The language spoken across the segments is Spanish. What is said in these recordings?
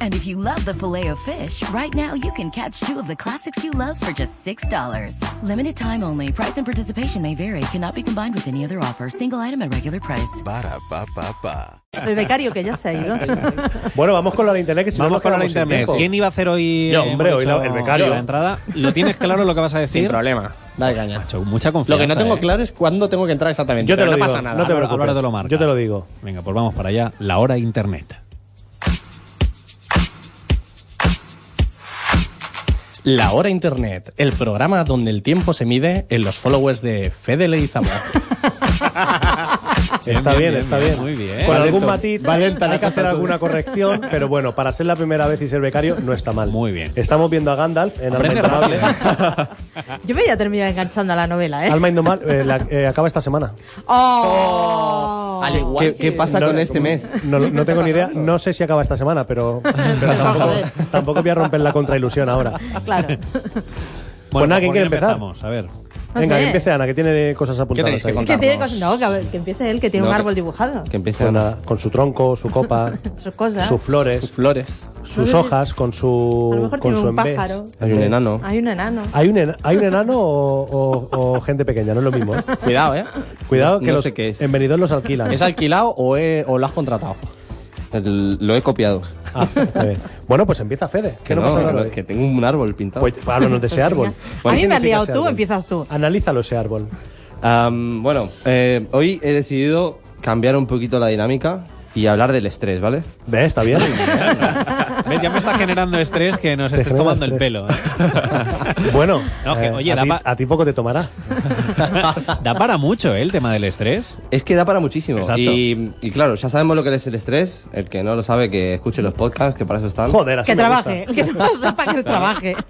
And if you love the filet of fish, right now you can catch two of the classics you love for just $6. Limited time only. Price and participation may vary. Cannot be combined with any other offer. Single item at regular price. Ba-da-ba-ba-ba. El becario que ya se ha ido. Bueno, vamos con lo de internet. Que si no Vamos nos con la quedamos sin internet. tiempo. ¿Quién iba a hacer hoy, Yo, eh, hombre, hemos hoy la- hecho el becario. la entrada? ¿Lo tienes claro lo que vas a decir? Sin problema. Dale caña. Macho, mucha confianza. Lo que no tengo eh. claro es cuándo tengo que entrar exactamente. Yo te pero lo no digo. pasa nada. No te Álvaro- preocupes. Álvaro te lo marca. Yo te lo digo. Venga, pues vamos para allá. La hora internet. La Hora Internet, el programa donde el tiempo se mide en los followers de Fede Leizamón. Está bien, bien, bien, está bien, bien. Pues muy bien. Con Va algún lento, matiz va lenta la hay que cosa hacer tú. alguna corrección, pero bueno, para ser la primera vez y ser becario no está mal. Muy bien. Estamos viendo a Gandalf en Alma Aprende Indomable. Yo me voy a terminar enganchando a la novela, ¿eh? Alma Indomable eh, la- eh, acaba esta semana. ¡Oh! Al igual ¿Qué- que- qué pasa no- con como- No, no tengo ni idea, no sé si acaba esta semana, pero, pero tampoco, Joder. tampoco voy a romper la contrailusión ahora. Claro. Pues nada, ¿quién ¿por quiere empezar? Empezamos, a ver. No Venga, sé. que empiece Ana, que tiene cosas apuntadas tenéis que ahí. contar? Que tiene Contarnos. cosas. No, que, a ver, que empiece él, que tiene No, un que- árbol dibujado. Que empiece Pues nada, con su tronco, su copa, Sus cosas. sus sus flores, flores. sus hojas, con a lo su, mejor con tiene su Eh, un embés. pájaro. Hay un enano. Hay un enano. ¿Hay un, en- ¿Hay un enano o, o- o gente pequeña? No es lo mismo. ¿eh? Cuidado, ¿eh? Cuidado, que No los, sé qué es. en Benidorm los alquilan. ¿Es alquilado o, eh, o lo has contratado? El- lo he copiado. Ah, está bien. bueno, pues empieza Fede. ¿Qué Que no, no, pasa que, nada no, hoy? que tengo un árbol pintado. Pues háblanos de ese a árbol. mí me has significa liado ese tú, árbol? empiezas tú. Analízalo ese árbol. Am, bueno, eh, hoy he decidido cambiar un poquito la dinámica y hablar del estrés, ¿vale? ¿Ve? Está bien. ¿Ves? Ya me está generando estrés que nos Te estés genera tomando el estrés. pelo. ¿eh? Bueno, No, que, eh, oye, a, da ti, pa- a ti poco te tomará. da para mucho, ¿eh? El tema del estrés. Es que da para muchísimo. Exacto. Y, y claro, ya sabemos lo que es el estrés. El que no lo sabe, que escuche los podcasts, que para eso están. Joder, así Que me trabaje. gusta. Que no sepa que trabaje. Um,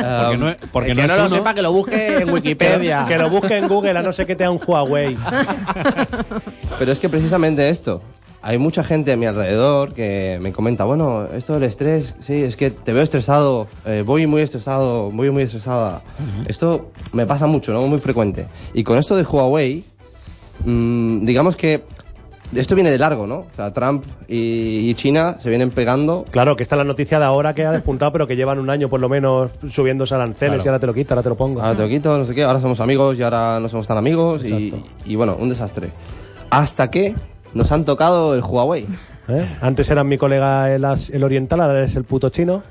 Porque no, porque El no que es no lo uno. sepa, que lo busque en Wikipedia. Que lo busque en Google, a no ser que te da un Huawei. Pero es que precisamente esto. Hay mucha gente a mi alrededor que me comenta, bueno, esto del estrés, sí, es que te veo estresado, eh, voy muy estresado, voy muy estresada. Esto me pasa mucho, ¿no? Muy frecuente. Y con esto de Huawei, mm, digamos que esto viene de largo, ¿no? O sea, Trump y, y China se vienen pegando. Claro, que está la noticia de ahora que ha despuntado, pero que llevan un año por lo menos subiendo aranceles Claro. y ahora te lo quita, ahora te lo pongo. Ahora Ah, te lo quito, no sé qué, ahora somos amigos y ahora no somos tan amigos. Y, Exacto. y bueno, un desastre. Hasta que nos han tocado el Huawei. ¿Eh? Antes eran mi colega el, as- el oriental, ahora eres el puto chino.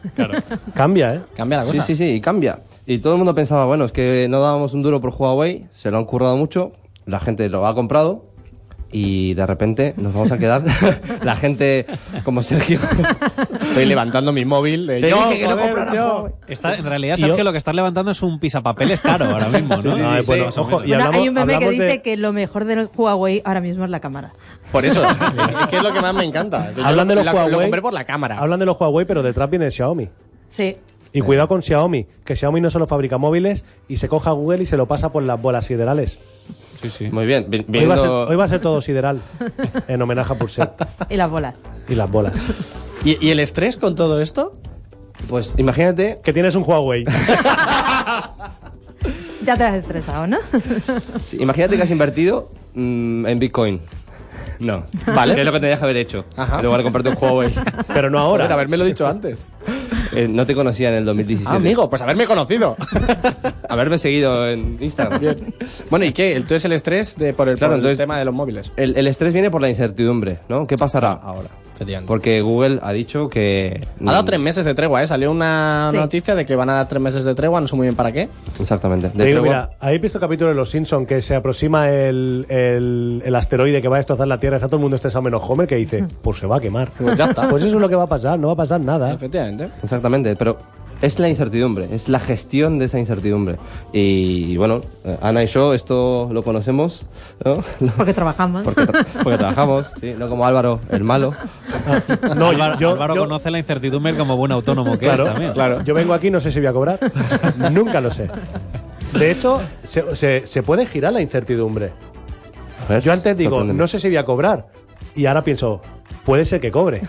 Cambia, ¿eh? Cambia la cosa. Sí, sí, sí, y cambia. Y todo el mundo pensaba, bueno, es que no dábamos un duro por Huawei, se lo han currado mucho, la gente lo ha comprado y de repente nos vamos a quedar la gente como Sergio. Estoy levantando mi móvil. de, Te yo, dije que no joder, compraras yo. Huawei. Está- en realidad, Y Sergio, yo- lo que estás levantando es un pisapapeles caro ahora mismo, ¿no? Sí, sí, sí, Ah, sí. bueno, ojo, y Bueno, hablamos- hay un meme que hablamos dice de- que lo mejor del Huawei ahora mismo es la cámara. Por eso. es que es lo que más me encanta. Yo Hablan de los lo, Huawei. Lo compré por la cámara. Hablan de los Huawei, pero detrás viene Xiaomi. Sí. Y cuidado con Xiaomi, que Xiaomi no solo fabrica móviles y se coja a Google y se lo pasa por las bolas siderales. Sí, sí. Muy bien, vi- Hoy va, a ser, viendo- hoy va a ser todo sideral, en homenaje a Purset Y las bolas. y las bolas. ¿Y, y el estrés con todo esto? Pues imagínate, Que tienes un Huawei. Ya te has estresado, ¿no? sí, imagínate que has invertido mm, en Bitcoin. No, vale. Que es lo que tenías que haber hecho. Ajá. En lugar de comprarte un Huawei. Pero no Por ahora. habérmelo dicho antes. Eh, no te conocía en el 2017. Ah, amigo, pues haberme conocido. Haberme seguido en Instagram. bueno, ¿y qué? Entonces el estrés de, por, el, Claro, por el entonces- tema de los móviles. El, el estrés viene por la incertidumbre, ¿no? ¿Qué pasará Ah, ahora? Efectivamente. Porque Google ha dicho que... Mm, Ha dado tres meses de tregua, ¿eh? Salió una Sí. noticia de que van a dar tres meses de tregua, no sé muy bien para qué. Exactamente. Te De digo, tregua. mira, ¿habéis visto el capítulo de Los Simpson que se aproxima el, el- el asteroide que va a destrozar la Tierra? Está todo el mundo estresado menos Homer que dice, pues se va a quemar. Pues ya está. Pues eso es lo que va a pasar, no va a pasar nada. Efectivamente. Exactamente, pero es la incertidumbre, es la gestión de esa incertidumbre. Y bueno, eh, Ana y yo esto lo conocemos, ¿no? Porque trabajamos. Porque, tra- porque trabajamos, ¿sí? no como Álvaro, el malo. No, yo- Álvaro, yo- Álvaro yo- conoce la incertidumbre como buen autónomo que es también. Claro, claro. Yo vengo aquí, no sé si voy a cobrar. Nunca lo sé. De hecho, se, se- se puede girar la incertidumbre. A ver, Yo antes digo, sorpréndeme. no sé si voy a cobrar. Y ahora pienso, puede ser que cobre.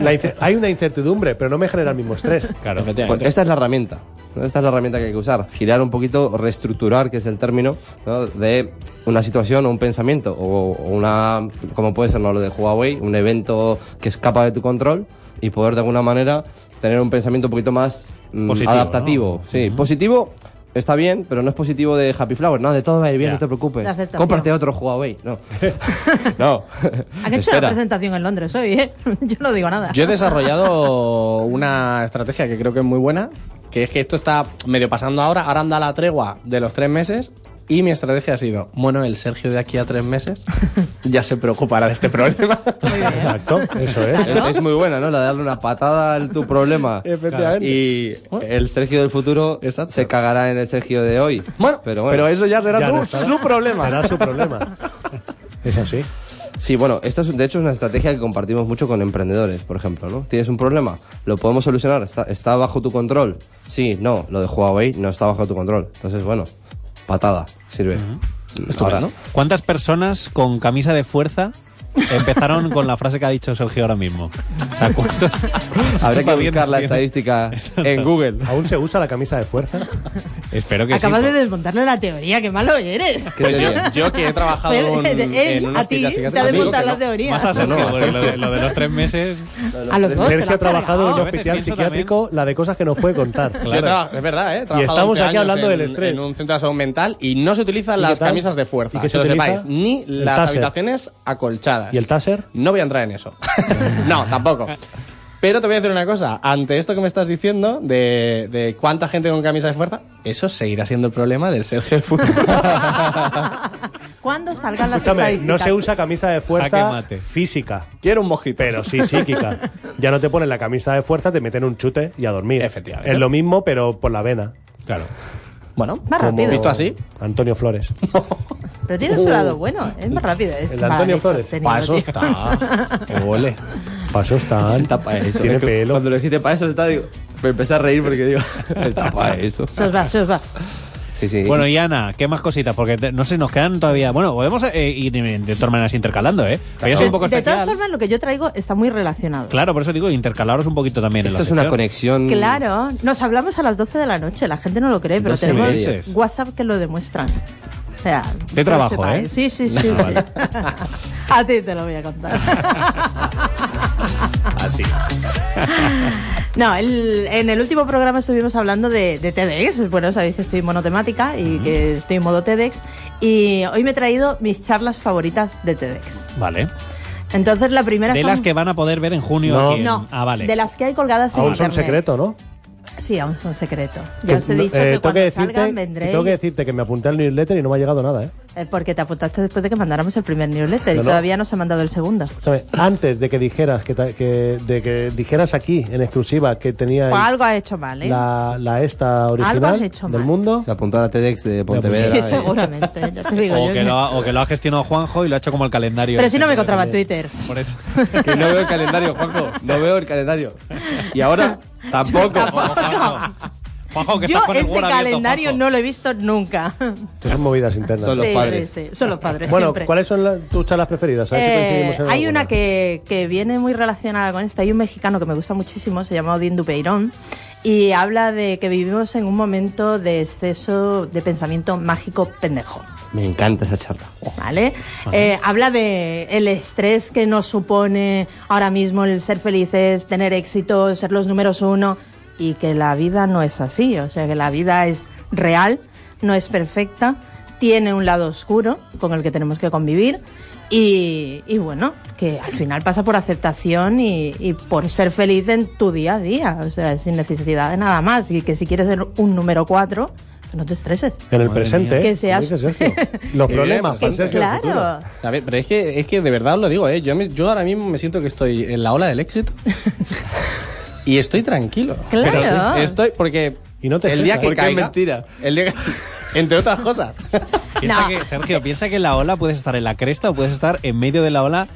La ince- hay una incertidumbre, pero no me genera el mismo estrés. Claro, Pues efectivamente. esta es la herramienta. ¿no? Esta es la herramienta que hay que usar. Girar un poquito, reestructurar, que es el término, ¿no? de una situación o un pensamiento. O, o una, como puede ser ¿no? lo de Huawei, un evento que escapa de tu control y poder de alguna manera tener un pensamiento un poquito más mm, Positivo, adaptativo. ¿no? Sí, positivo. Está bien, pero no es positivo de Happy Flower. No, de todo va a ir bien, Ya. no te preocupes. La aceptación. Cómprate otro Huawei. No. no. Han hecho Espera. la presentación en Londres hoy, ¿eh? Yo no digo nada. Yo he desarrollado una estrategia que creo que es muy buena, que es que esto está medio pasando ahora, ahora anda la tregua de los tres meses. Y mi estrategia ha sido, bueno, el Sergio de aquí a tres meses ya se preocupará de este problema. Muy bien. Exacto, eso es. Es, es muy buena, ¿no? La de darle una patada al tu problema. Efectivamente. Y el Sergio del futuro Exacto. se cagará en el Sergio de hoy. Bueno, pero, pero bueno. eso ya será Ya su, no estará. su problema. Será su problema. Es así. Sí, bueno, esta es, de hecho es una estrategia que compartimos mucho con emprendedores, por ejemplo, ¿no? Tienes un problema, lo podemos solucionar, está, está bajo tu control. Sí, no, lo de Huawei no está bajo tu control. Entonces, bueno, patada, sirve. Mm, Ahora, Estupendo. ¿Cuántas personas con camisa de fuerza empezaron con la frase que ha dicho Sergio ahora mismo? O sea, ¿cuántos? Habrá que Pavientos buscar la tiene? estadística Exacto. en Google. ¿Aún se usa la camisa de fuerza? Espero que Acabas sí. de desmontarle la teoría, qué malo eres. ¿Qué Pues yo, teoría? yo que he trabajado Pero, en, eh, él en una a ti hospital te psiquiátrico, ha de digo montar que la no. teoría. Más a No, Sergio, no, porque lo de, lo de los tres meses. A los dos te la Sergio ha has trabajado en cargado. un Yo a veces hospital pienso psiquiátrico la de cosas que nos puede contar. Yo he traba- es verdad, ¿eh? He trabajado estamos 11 aquí años hablando en- del estrés. En un centro de salud mental y no se utilizan ¿Y qué las tal? camisas de fuerza. ¿Y qué que se lo utiliza? sepáis. Ni El las taser. habitaciones acolchadas. ¿Y el taser? No voy a entrar en eso. no, tampoco. Pero te voy a decir una cosa. Ante esto que me estás diciendo de, de cuánta gente con camisa de fuerza, eso seguirá siendo el problema del Sergio del fútbol. ¿Cuándo salgan las Escúchame, estadísticas? no se usa camisa de Jaque fuerza mate. física, Quiero un mojito. pero sí psíquica. Ya no te ponen la camisa de fuerza, te meten un chute y a dormir. Efectivamente. Es lo mismo, pero por la vena. Claro. Bueno, Más Como- rápido. visto así, Antonio Flores. Pero tiene su lado bueno, ¿eh? es más rápido. Es Uh. El mal Antonio hecho Flores. este niño, para eso tío. está. Que huele. Paso está. Está pa' eso. Tiene Es que pelo. Cuando lo dijiste para eso, está, digo, me empecé a reír porque digo, está para eso. Se os va, se os va. Sí, sí. Bueno, y Ana, ¿qué más cositas? Porque te- no sé, nos quedan todavía. Bueno, podemos eh, ir de, de todas maneras intercalando, ¿eh? Pero yo soy un poco Pues, de, de todas especial. formas, lo que yo traigo está muy relacionado. Claro, por eso digo, intercalaros un poquito también. en Esto la es una sección. conexión. Claro, nos hablamos a las 12 de la noche, la gente no lo cree, pero 12 y tenemos media. WhatsApp que lo demuestran. O sea, que lo trabajo, sepáis. ¿eh? Sí, sí, sí. sí. a ti te lo voy a contar. Así. No, el- en el último programa estuvimos hablando de, de TEDx. Bueno, sabéis que estoy monotemática y que estoy en modo TEDx. Y hoy me he traído mis charlas favoritas de TEDx. Vale. Entonces, la primera De son- las que van a poder ver en junio. No. aquí en- No, Ah, vale. de las que hay colgadas en Aún son internet. secreto, ¿no? Sí, aún son secreto. Que- Ya os he dicho eh, que tengo cuando decirte- salgan vendré. Tengo que decirte que me apunté al newsletter y no me ha llegado nada, ¿eh? Eh, Porque te apuntaste después de que mandáramos el primer newsletter No, y no. todavía no se ha mandado el segundo. Escúchame, Antes de que dijeras que, ta- que- de que dijeras aquí en exclusiva que tenía O Pues algo ha hecho mal, ¿eh? la, la esta Algo has original hecho del mal. mundo, Se apuntó a la TEDx de Pontevedra. Sí, eh. seguramente, ya te digo o, yo. Oh, ¿eh? que lo ha, o que lo ha gestionado Juanjo y lo ha hecho como el calendario. Pero ese si no me que- encontraba en Twitter. Por eso. Que no veo el calendario, Juanjo. No veo el calendario. Y ahora tampoco. Juanjo, Juanjo, Oh, que Yo estás con el ese Word abierto, calendario Juanjo. no lo he visto nunca. esto son movidas internas. Son los sí, padres. sí, sí, son los padres. bueno, siempre. ¿cuáles son las- tus charlas preferidas? A ver si Eh, coincidimos en hay alguna. una que, que viene muy relacionada con esta. Hay un mexicano que me gusta muchísimo, se llama Odín Dupeirón, y habla de que vivimos en un momento de exceso de pensamiento mágico pendejo. Me encanta esa charla. ¿Vale? Eh, habla de el estrés que nos supone ahora mismo el ser felices, tener éxito, ser los números uno, y que la vida no es así. O sea, que la vida es real, no es perfecta, tiene un lado oscuro con el que tenemos que convivir. Y, y bueno, que al final pasa por aceptación y, y por ser feliz en tu día a día, o sea, sin necesidad de nada más. Y que si quieres ser un número cuatro, no te estreses. En el Madre ¿eh? presente. mía. ¿eh? Que seas- Como dice Sergio. Los Que problemas. viviremos, para que- Sergio del futuro. claro. A ver, pero es que, es que de verdad os lo digo, ¿eh? yo, me- yo ahora mismo me siento que estoy en la ola del éxito y estoy tranquilo. Claro. Pero estoy porque Y no te el día estresas. que Porque es caiga, mentira. el día que- entre otras cosas. Piensa No. que, Sergio, piensa que en la ola puedes estar en la cresta o puedes estar en medio de la ola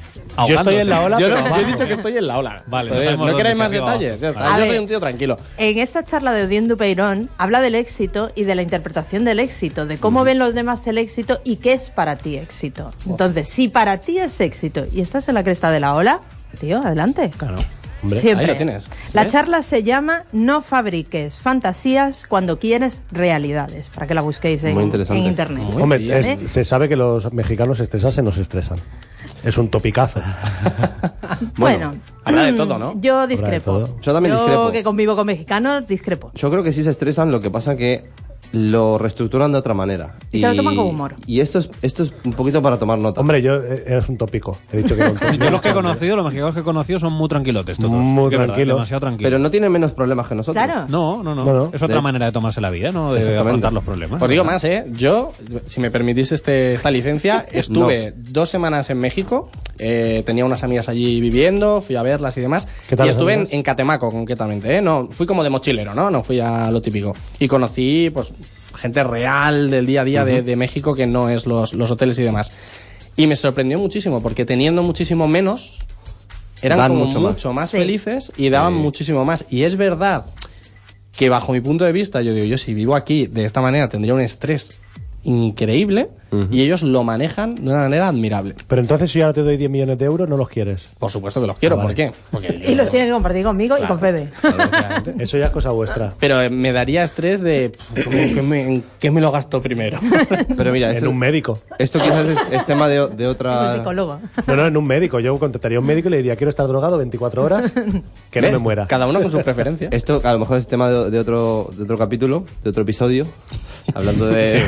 Yo estoy en la ahogándote. ola, yo, pero no- yo he abajo. dicho que estoy en la ola. Vale, Joder, no sabemos no queréis dónde más se acaba. detalles. ya A está. Yo ver. soy un tío tranquilo. En esta charla de Odín Dupeirón habla del éxito y de la interpretación del éxito, de Mm. cómo ven los demás el éxito y qué es para ti éxito. Entonces, si para ti es éxito y estás en la cresta de la ola, Tío, adelante. Claro. Hombre, Siempre. ahí lo tienes. La ¿Eh? charla se llama No fabriques fantasías cuando quieres realidades, para que la busquéis en, Muy interesante. en internet. Muy Hombre, bien, es- ¿eh? se sabe que los mexicanos estresados se nos estresan. Es un topicazo. Bueno, mm, habrá de todo, ¿no? Yo discrepo. todo. Yo también discrepo. que convivo con mexicanos, discrepo. Yo creo que sí se estresan, lo que pasa que lo reestructuran de otra manera. Y se lo toman con humor. Y esto es, esto es un poquito para tomar nota. Hombre, yo eh, eres un tópico. He dicho que era un tópico. Yo los que he conocido, los mexicanos que he conocido son muy tranquilotes todos. Muy Que es verdad, tranquilos. Demasiado tranquilos. pero no tienen menos problemas que nosotros. Claro. No, no, no. No, no. Es otra De- manera de tomarse la vida, ¿no? De Exactamente. afrontar los problemas. Os digo más, ¿eh? Yo, si me permitís este, esta licencia, estuve dos semanas en México, eh, tenía unas amigas allí viviendo, fui a verlas y demás, ¿Qué tal y las estuve en, amigas? en Catemaco concretamente, ¿eh? No, fui como de mochilero, ¿no? No fui a lo típico. Y conocí, pues, gente real del día a día de, de México que no es los, los hoteles y demás. Y me sorprendió muchísimo, porque teniendo muchísimo menos, eran Dan como mucho mucho más. más, Sí. felices y daban muchísimo más. Y es verdad que bajo mi punto de vista, yo digo, yo si vivo aquí de esta manera tendría un estrés increíble y ellos lo manejan de una manera admirable. Pero entonces si yo ahora te doy 10 millones de euros, no los quieres. Por supuesto que los quiero, Ah, vale. ¿por qué? Porque Y los tienes que compartir conmigo y con Fede. Eso ya es cosa vuestra. Pero eh, me daría estrés de pff, ¿en ¿qué me, en qué me lo gasto primero. Pero mira, En eso- un médico. esto quizás es, es tema de, de Ah. Es un otra... psicólogo. No, no, en un médico. Yo contrataría a un médico y le diría, quiero estar drogado 24 horas, que no ¿Ves? me muera. Cada uno con sus preferencias. Esto a lo mejor es tema de, de otro, de otro capítulo, de otro episodio, hablando de,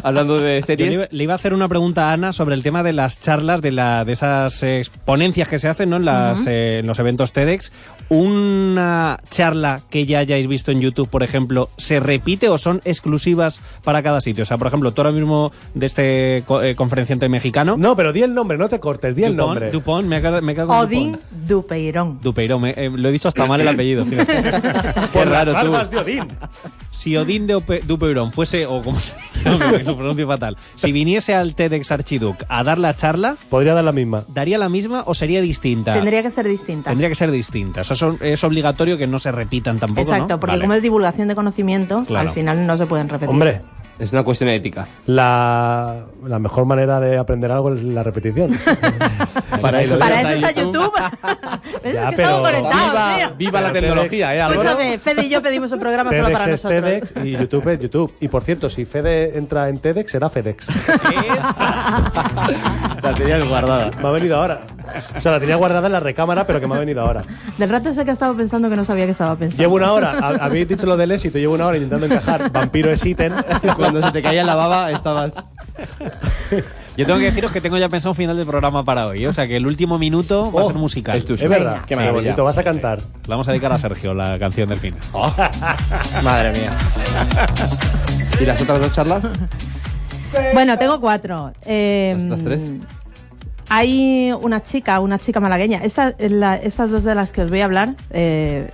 hablando de Yo le, iba- series. le iba a hacer una pregunta a Ana sobre el tema de las charlas, de, la, de esas eh, ponencias que se hacen ¿no? en, las, eh, en los eventos TEDx. ¿Una charla que ya hayáis visto en YouTube, por ejemplo, se repite o son exclusivas para cada sitio? O sea, por ejemplo, tú ahora mismo de este co- eh, conferenciante mexicano... No, pero di el nombre, no te cortes, di el Dupont- nombre. Dupont, me he quedado, me he quedado con Odín Dupont. Dupeirón. Dupeirón, me- eh, lo he dicho hasta mal el apellido. fíjate. Qué raro tú. Barbas de Odín. Si Odín de Ope- Dupeyron fuese, o como se llame, que lo pronuncio fatal, si viniese al TEDx Archiduc a dar la charla, Podría dar la misma. ¿daría la misma o sería distinta? Tendría que ser distinta. Tendría que ser distinta. Eso son- es obligatorio que no se repitan tampoco. Exacto, ¿no? porque Vale. como es divulgación de conocimiento, Claro. al final no se pueden repetir. Hombre, Es una cuestión ética. la, la mejor manera de aprender algo es la repetición. Para eso Para está eso está YouTube. YouTube. ¿Ves? Ya, es que pero- estamos conectados, Viva, tío. viva la Pero tecnología, ¿eh, Álvaro? Escúchame, Fede y yo pedimos un programa solo para TEDx es nosotros. ¿eh? TEDx y YouTube es YouTube. Y por cierto, si Fede entra en TEDx, será FedEx. La tenías guardada. Me ha venido ahora. O sea, la tenía guardada en la recámara, pero que me ha venido ahora. Del rato sé que he estado pensando que no sabía que estaba pensando. Llevo una hora, ha- habéis dicho lo del éxito, llevo una hora intentando encajar Vampiro es ítem. Cuando se te caía la baba estabas... Yo tengo que deciros que tengo ya pensado un final del programa para hoy. ¿eh? O sea que el último minuto va a Oh, ser musical. es tuyo. Es verdad, Qué qué maravilla. bonito, vas a cantar. La vamos a dedicar a Sergio, la canción del final. Madre mía. ¿Y las otras dos charlas? Bueno, tengo cuatro. Eh, ¿Las tres? Hay una chica, una chica malagueña. Esta- eh, la- estas dos de las que os voy a hablar eh,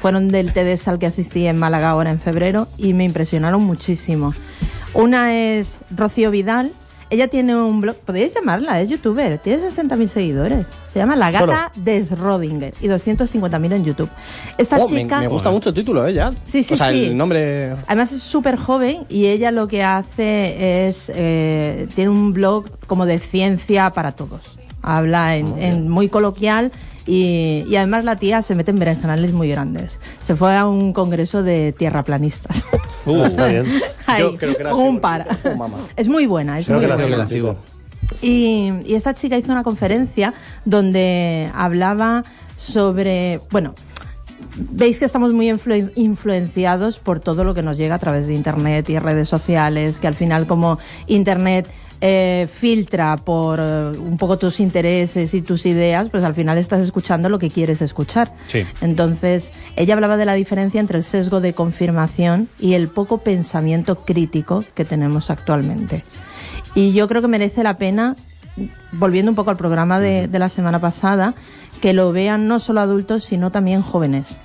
fueron del TEDx al que asistí en Málaga ahora en febrero y me impresionaron muchísimo. Una es Rocío Vidal. Ella tiene un blog, podéis llamarla, es youtuber, tiene 60.000 seguidores. Se llama La Gata de Schrödinger y 250.000 en YouTube. Esta Oh, me, chica... me gusta mucho el título, ¿eh? Ya. Sí, sí, o sea, sí. el nombre... Además es súper joven y ella lo que hace es, eh, tiene un blog como de ciencia para todos. Habla en, en muy coloquial y, y además la tía se mete en berenjenales muy grandes. Se fue a un congreso de tierraplanistas. Ah, está bien. Ahí, Yo creo que era un seguro. par. Oh, mamá. es muy buena. Es Creo muy que la buena. Creo que la sigo. sigo. Y, y esta chica hizo una conferencia donde hablaba sobre, bueno, veis que estamos muy influ- influenciados por todo lo que nos llega a través de Internet y redes sociales, que al final como Internet eh, filtra por eh, un poco tus intereses y tus ideas, pues al final estás escuchando lo que quieres escuchar. Sí. Entonces, ella hablaba de la diferencia entre el sesgo de confirmación y el poco pensamiento crítico que tenemos actualmente. Y yo creo que merece la pena, volviendo un poco al programa de, de la semana pasada, que lo vean no solo adultos, sino también jóvenes.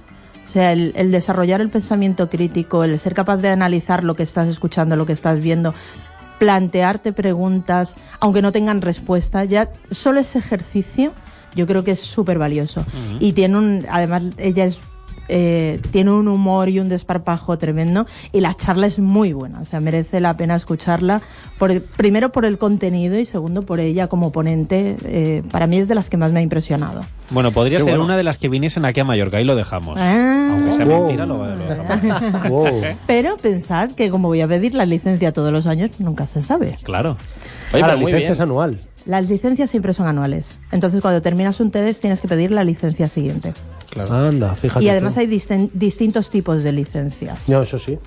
O sea, el, el desarrollar el pensamiento crítico, el ser capaz de analizar lo que estás escuchando, lo que estás viendo, plantearte preguntas, aunque no tengan respuesta, ya solo ese ejercicio yo creo que es súper valioso. Y tiene un, además ella es eh, tiene un humor y un desparpajo tremendo y la charla es muy buena, o sea, merece la pena escucharla, por, primero por el contenido y segundo por ella como ponente, eh, para mí es de las que más me ha impresionado. Bueno, podría Qué ser bueno. una de las que viniesen aquí a Mallorca y lo dejamos. Ah. Pues, Aunque sea Wow. mentira, lo, lo dejamos. Wow. Pero pensad que como voy a pedir la licencia todos los años, nunca se sabe. Claro. Oye, Ah, pero la muy licencia bien. es anual. Las licencias siempre son anuales. Entonces, cuando terminas un TEDx, tienes que pedir la licencia siguiente. Anda, fíjate. Y además tú. hay disten- distintos tipos de licencias. No, eso sí.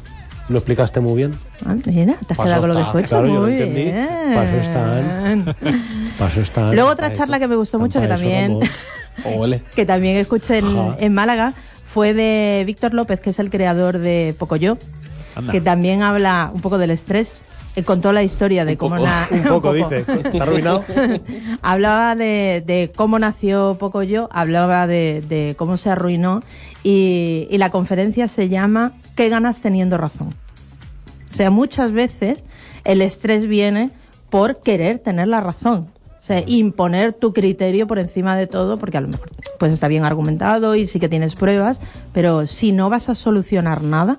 Lo explicaste muy bien. Ah, mira, te has Paso quedado con lo del está. coche. Claro, yo lo Muy entendí. bien. Paso están. Paso está. Luego otra charla que me gustó mucho, que también, Ole. que también escuché en, Ajá. en Málaga, fue de Víctor López, que es el creador de Pocoyo, Anda. que también habla un poco del estrés. Eh, Contó la historia de cómo na- Un poco, dice. Está arruinado. Hablaba de, de cómo nació Pocoyo, hablaba de, de cómo se arruinó y, y la conferencia se llama ¿Qué ganas teniendo razón? O sea, muchas veces el estrés viene por querer tener la razón. O sea, imponer tu criterio por encima de todo, porque a lo mejor pues está bien argumentado y sí que tienes pruebas, pero si no vas a solucionar nada,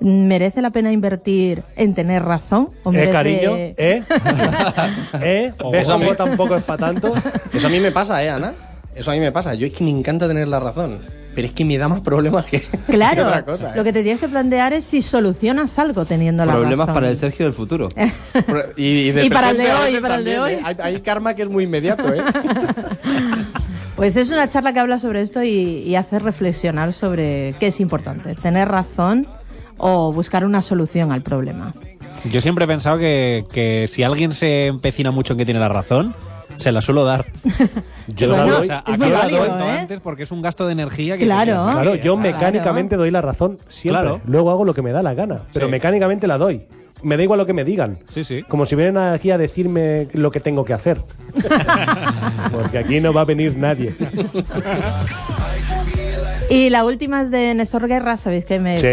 ¿merece la pena invertir en tener razón? ¿O Eh, merece- cariño. Eh. Eh. ¿Ves Ojo, algo que- tampoco es para tanto? Eso a mí me pasa, ¿eh, Ana? Eso a mí me pasa. Yo es que me encanta tener la razón. Pero es que me da más problemas que, que Claro, otra cosa. ¿eh? lo que te tienes que plantear es si solucionas algo teniendo la Problemas razón. para el Sergio del futuro. Pro- Y, Y para el de presente a hoy, veces para el de también, hoy. ¿eh? Hay, hay karma que es muy inmediato, ¿eh? Pues es una charla que habla sobre esto y, y hace reflexionar sobre qué es importante, tener razón o buscar una solución al problema. Yo siempre he pensado que, que si alguien se empecina mucho en que tiene la razón, se la suelo dar. Yo Bueno, la Claro, doy- o sea, es a muy que la válido, doy ¿eh? antes porque es un gasto de energía que Claro. que- Claro, yo está. mecánicamente doy la razón siempre. Ah, Claro. Luego hago lo que me da la gana, pero Sí. mecánicamente la doy. Me da igual lo que me digan. Sí, sí. Como si vienen aquí a decirme lo que tengo que hacer. Porque aquí no va a venir nadie. Y la última es de Néstor Guerra, sabéis que me Sí,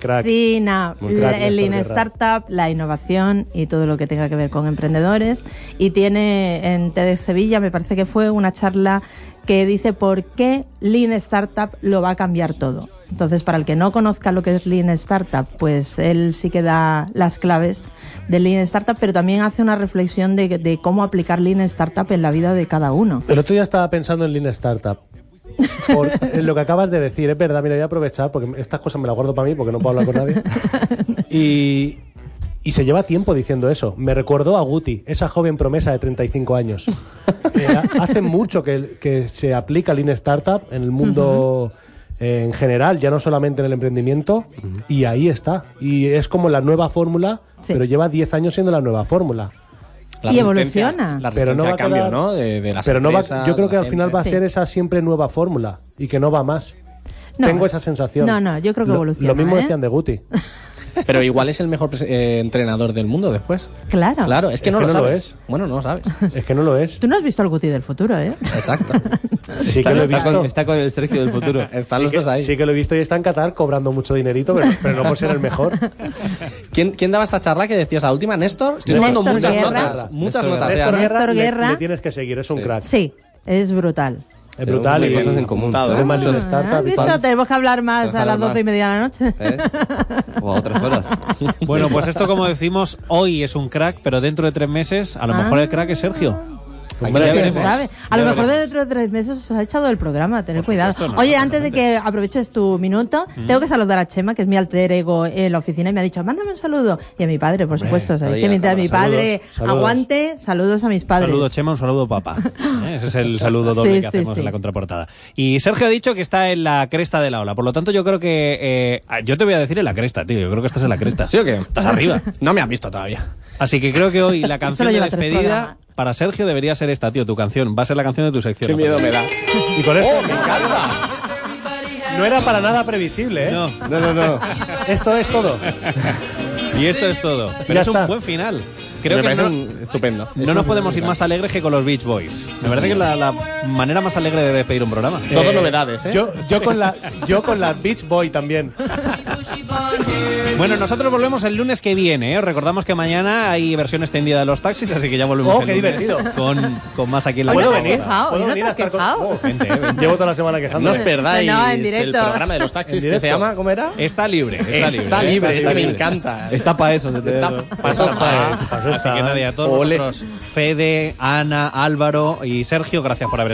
crack. fascina Muy crack, la- el Néstor Lean Guerra. Startup, la innovación y todo lo que tenga que ver con emprendedores. Y tiene en TEDx Sevilla, me parece que fue una charla que dice por qué Lean Startup lo va a cambiar todo. Entonces, para el que no conozca lo que es Lean Startup, pues él sí que da las claves de Lean Startup, pero también hace una reflexión de, de cómo aplicar Lean Startup en la vida de cada uno. El otro día estaba pensando en Lean Startup. Por en lo que acabas de decir, es verdad, mira, voy a aprovechar porque estas cosas me las guardo para mí porque no puedo hablar con nadie. Y, y se lleva tiempo diciendo eso. Me recordó a Guti, esa joven promesa de 35 años. Eh, ha- hace mucho que, que se aplica Lean Startup en el mundo eh, en general, ya no solamente en el emprendimiento, y ahí está. Y es como la nueva fórmula, Sí. pero lleva 10 años siendo la nueva fórmula. Y resistencia- evoluciona. La Pero no va a cambio, quedar- ¿no? De, de las Pero no va, empresas, yo creo de que la al final gente. va a Sí. ser esa siempre nueva fórmula y que no va más. No. Tengo esa sensación. No, no, yo creo que Lo- evoluciona, Lo mismo ¿eh? decían de Guti. Pero igual es el mejor pres- eh, entrenador del mundo después. Claro. Claro, es que no, Es que lo, no lo sabes. es. Bueno, no lo sabes. Es que no lo es. Tú no has visto el Guti del futuro, ¿eh? Exacto. Sí está, que lo he está con, visto. está con el Sergio del futuro. Están los Sí dos que, ahí. sí que lo he visto y está en Qatar cobrando mucho dinerito, pero, pero no por ser el mejor. ¿Quién, quién daba esta charla que decías? ¿La última, Néstor? Estoy Néstor tomando muchas Guerra. notas. Muchas Néstor notas. Guerra. eh, Néstor Guerra, Ana. Néstor le- Guerra. le tienes que seguir, es un crack. Sí, es brutal. Es brutal Tenemos y cosas en común. apuntado, Además, ¿eh? Lean ¿Has Startup y visto? tal. Tenemos que hablar más Tenemos que a las hablar doce y más. media de la noche. ¿Eh? O a otras horas. Bueno, pues esto como decimos, hoy es un crack, pero dentro de tres meses a lo Ah. mejor el crack es Sergio. Hombre, Ya ¿Quién veremos. sabe? A Ya lo mejor veremos. dentro de tres meses os ha echado del programa, tened Por supuesto, cuidado. no, Oye, no, antes de que aproveches tu minuto, tengo que saludar a Chema, que es mi alter ego en la oficina, y me ha dicho, mándame un saludo. Y a mi padre, por supuesto, sabéis ahí que ya mientras mi estamos. padre Saludos, saludos. aguante, saludos a mis padres. Saludo Chema, un saludo papá. ¿Eh? Ese es el saludo doble Sí, que sí, hacemos sí. en la contraportada. Y Sergio ha dicho que está en la cresta de la ola. Por lo tanto, yo creo que. eh, ah, yo te voy a decir en la cresta, tío. Yo creo que estás en la cresta. ¿Sí o qué? Estás arriba. No me has visto todavía. Así que creo que hoy la canción de lleva tres despedida programas. para Sergio debería ser esta, tío. Tu canción. Va a ser la canción de tu sección. Qué miedo me da. Y con esto ¡Oh, me encanta! no era para nada previsible, ¿eh? No. No, no, no. Esto es todo. Y esto es todo. Pero Ya es un está. buen final. Creo me que parece no, un- estupendo. no nos podemos ir más alegres que con los Beach Boys. Me parece que es la, la manera más alegre de despedir un programa. ¿eh? Todo novedades, ¿eh? Yo, yo, con la, yo con la Beach Boy también. Bueno, nosotros volvemos el lunes que viene. ¿eh? Os Recordamos que mañana hay versión extendida de los taxis, así que ya volvemos Oh, el qué lunes divertido. pues Con, con más aquí en la ¿Puedo te Casa has venir? quejado, ¿Puedo hoy no venir te a has estar con- quejado. Oh, gente, eh, ven. Llevo toda la semana No os quejándome. perdáis No, en el directo. programa de los taxis En que directo. se llama, ¿cómo era? Está libre, está, Está libre. libre, es que me libre. encanta. Está para eso, se te- Pasó Pasó Así esta, que ¿eh? nadie, a todos Ole. nosotros, Fede, Ana, Álvaro y Sergio, gracias por haber estado.